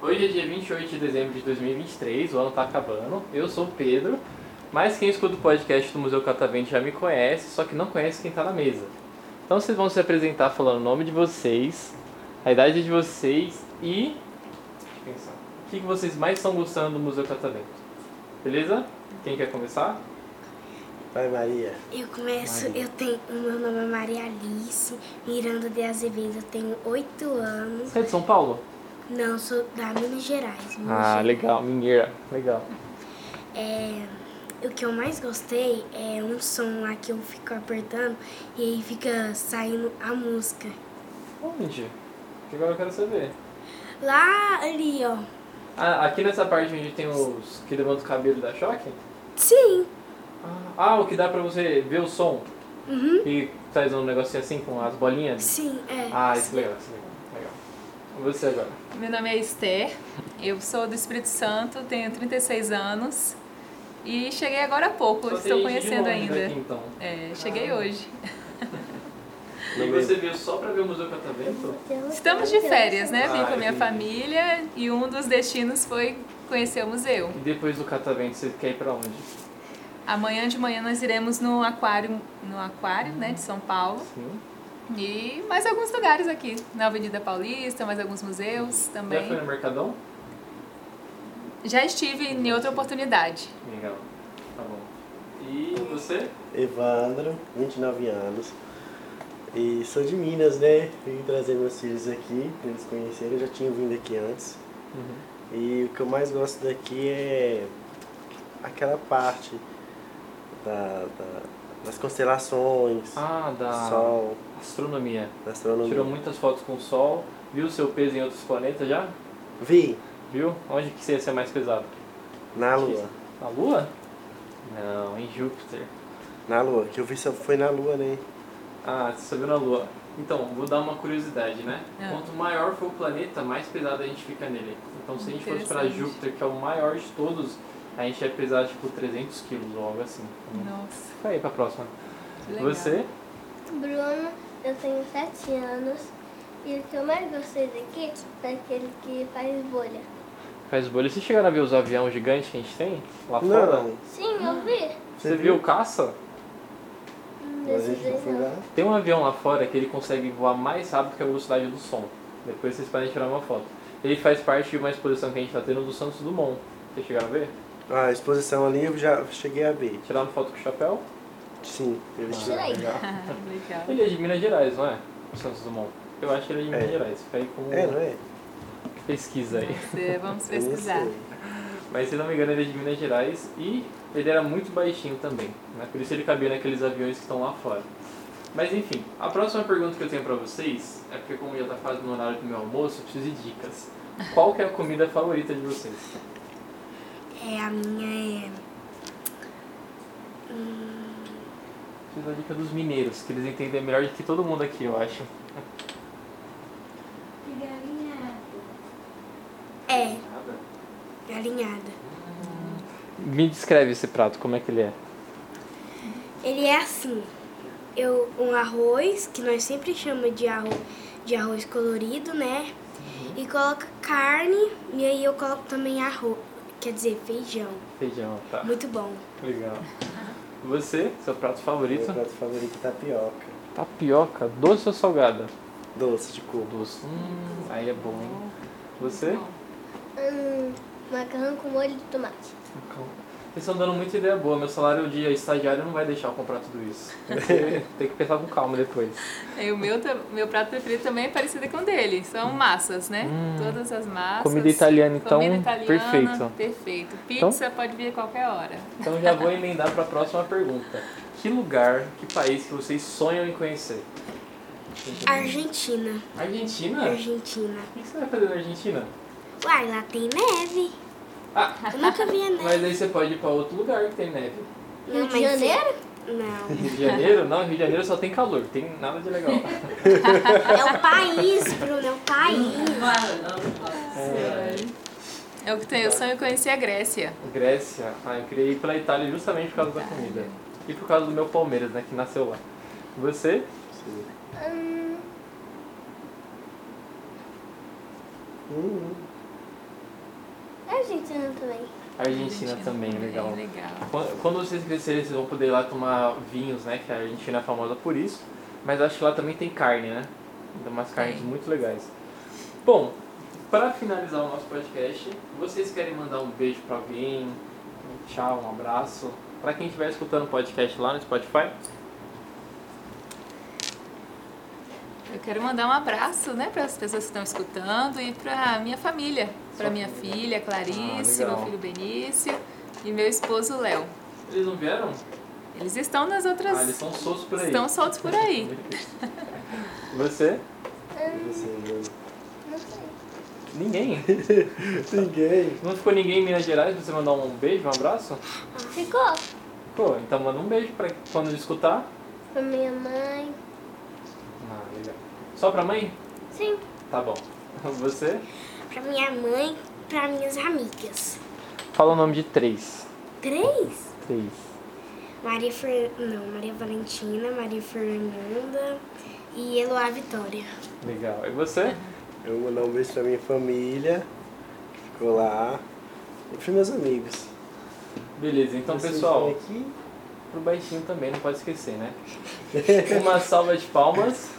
Hoje é dia 28 de dezembro de 2023, o ano tá acabando. Eu sou o Pedro, mas quem escuta o podcast do Museu Catavento já me conhece, só que não conhece quem tá na mesa. Então vocês vão se apresentar falando o nome de vocês, a idade de vocês e deixa eu pensar, o que que vocês mais estão gostando do Museu Catavento. Beleza? Quem quer começar? Vai Maria. Eu começo, eu tenho, o meu nome é Maria Alice Miranda de Azevedo, eu tenho oito anos. Você é de São Paulo? Não, sou da Minas Gerais. Minas Ah, Gerais. legal, mineira, legal. É, o que eu mais gostei é um som lá que eu fico apertando e aí fica saindo a música. Onde? Que Agora eu quero saber. Lá ali, ó. Ah, aqui nessa parte onde tem os que levantam o cabelo da choque? Sim. Ah, Ah, o que dá pra você ver o som Uhum. e faz um negocinho assim com as bolinhas? Sim, é. Ah, isso é legal, isso é legal. legal. Você agora. Meu nome é Esther, eu sou do Espírito Santo, tenho 36 anos e cheguei agora há pouco, Só tem estou gente de conhecendo longe ainda. Aqui, então. É, cheguei hoje. E você veio só pra ver o Museu Catavento? Estamos de férias, né? Vim Ah, com a minha entendi. família e um dos destinos foi conhecer o museu. E depois do Catavento, você quer ir pra onde? Amanhã de manhã nós iremos no aquário, no aquário, né, de São Paulo Sim. e mais alguns lugares aqui, na Avenida Paulista, mais alguns museus Já foi também. no Mercadão? Já estive em outra oportunidade. Legal. Tá bom. E você? Evandro, 29 anos. E sou de Minas, né? Vim trazer meus filhos aqui, pra eles conhecerem. Eu já tinha vindo aqui antes. Uhum. E o que eu mais gosto daqui é aquela parte da- da- das constelações, Ah, do da sol, astronomia. da astronomia. Tirou muitas fotos com o Sol. Viu o seu peso em outros planetas já? Vi Viu? Onde que você ia ser mais pesado? na lua. Na Lua? Não, em Júpiter. Na lua, que eu vi só foi na lua, né? Ah, você subiu na Lua. Então, vou dar uma curiosidade, né? É. Quanto maior for o planeta, mais pesado a gente fica nele. Então, se a gente fosse pra Interessante. Júpiter, que é o maior de todos, a gente ia pesar tipo 300 quilos ou algo assim. Então, Nossa, Fica aí pra próxima. que legal. Você? Bruno, eu tenho 7 anos e o que eu mais gostei daqui é aquele que faz bolha. Faz bolha. Vocês chegaram a ver os aviões gigantes que a gente tem lá Tá fora? Não, Sim, eu vi. Você viu o caça? mas a gente não foi lá. Tem um avião lá fora que ele consegue voar mais rápido que a velocidade do som. Depois vocês podem tirar uma foto. Ele faz parte de uma exposição que a gente tá tendo do Santos Dumont. Vocês chegaram a ver? A exposição ali eu já cheguei a ver. Tiraram foto com o chapéu? Sim, eu Ah, tirei. legal. Ah, legal. Ele é de Minas Gerais, não é? O Santos Dumont. Eu acho que ele é de Minas É. Gerais. Fica aí como É, não é? pesquisa aí. Você- Vamos Eu nem pesquisar. sei. Mas se não me engano, ele é de Minas Gerais e ele era muito baixinho também. Né? Por isso ele cabia naqueles aviões que estão lá fora. Mas enfim, a próxima pergunta que eu tenho pra vocês é porque, como já tá quase no horário do meu almoço, eu preciso de dicas. Qual que é a comida favorita de vocês? É, a minha é. hum, Preciso da dica dos mineiros, que eles entendem melhor do que todo mundo aqui, eu acho. É, galinhada. Me descreve esse prato, como é que ele é? Ele é assim, eu um arroz, que nós sempre chamamos de arroz, de arroz colorido, né? Uhum. E coloca carne, e aí eu coloco também arroz, quer dizer, feijão. Feijão, tá. Muito bom. Legal. Você, seu prato favorito? Meu prato favorito é tapioca. Tapioca, doce ou salgada? Doce de coco. Doce. Hum, aí é bom, hein? Você? Hum, macarrão com molho de tomate. Vocês estão dando muita ideia boa. Meu salário de estagiário não vai deixar eu comprar tudo isso. Tem que- Tem que pensar com calma depois. E É, o meu, ta- meu prato preferido também é parecido com o dele. São massas, né? Hum. Todas as massas. Comida italiana, então, Comida italiana, perfeito. Perfeito. Então- Pizza pode vir a qualquer hora. Então já vou emendar para a próxima pergunta. Que lugar, que país que vocês sonham em conhecer? Argentina, Argentina? Argentina. O que você vai fazer na Argentina? Uai, lá tem neve. Ah. Eu nunca vi a neve. Mas é aí você pode ir para outro lugar que tem neve. Não, Rio Hum, de mas- Janeiro? Não. Rio de Janeiro? Não, Rio de Janeiro só tem calor, tem nada de legal. É o país, Bruno, é o país. É, Eu que tenho eu sonho em conhecer a Grécia. Grécia. Ah, eu queria ir pela Itália justamente por causa da Itália. comida. E por causa do meu Palmeiras, né? Que nasceu lá. Você? Sim. Hum, Hum, Argentina é também. Argentina também, legal. É, legal. Quando quando vocês crescerem, vocês vão poder ir lá tomar vinhos, né? Que a Argentina é famosa por isso. Mas acho que lá também tem carne, né? Tem umas carnes Tem. muito legais. Bom, para finalizar o nosso podcast, vocês querem mandar um beijo para alguém? Um tchau, um abraço. Para quem estiver escutando o podcast lá no Spotify, Eu quero mandar um abraço, né, para as pessoas que estão escutando e para minha família, para minha filha Clarice, Ah, legal. meu filho Benício e meu esposo Léo. eles não vieram? Eles estão nas Ah, eles outras, estão soltos por aí. estão soltos por aí. Você? Hum, e você, é Bruno? Não sei. Ninguém. Ninguém. Não ficou ninguém em Minas Gerais pra você mandar um beijo, um abraço? Ficou? Pô, então manda um beijo pra quando escutar. Pra minha mãe. Ah, legal. Só pra mãe? Sim. Tá bom. Você? Pra minha mãe, pra minhas amigas. Fala o nome de três. Três? Três. Maria Fer... Não, Maria Valentina, Maria Fernanda e Eloá Vitória. Legal. E você? Eu vou mandar um beijo pra minha família, que ficou lá, e pros meus amigos. Beleza, então Vocês pessoal, vêm aqui, pro baixinho também, não pode esquecer, né? Uma salva de palmas.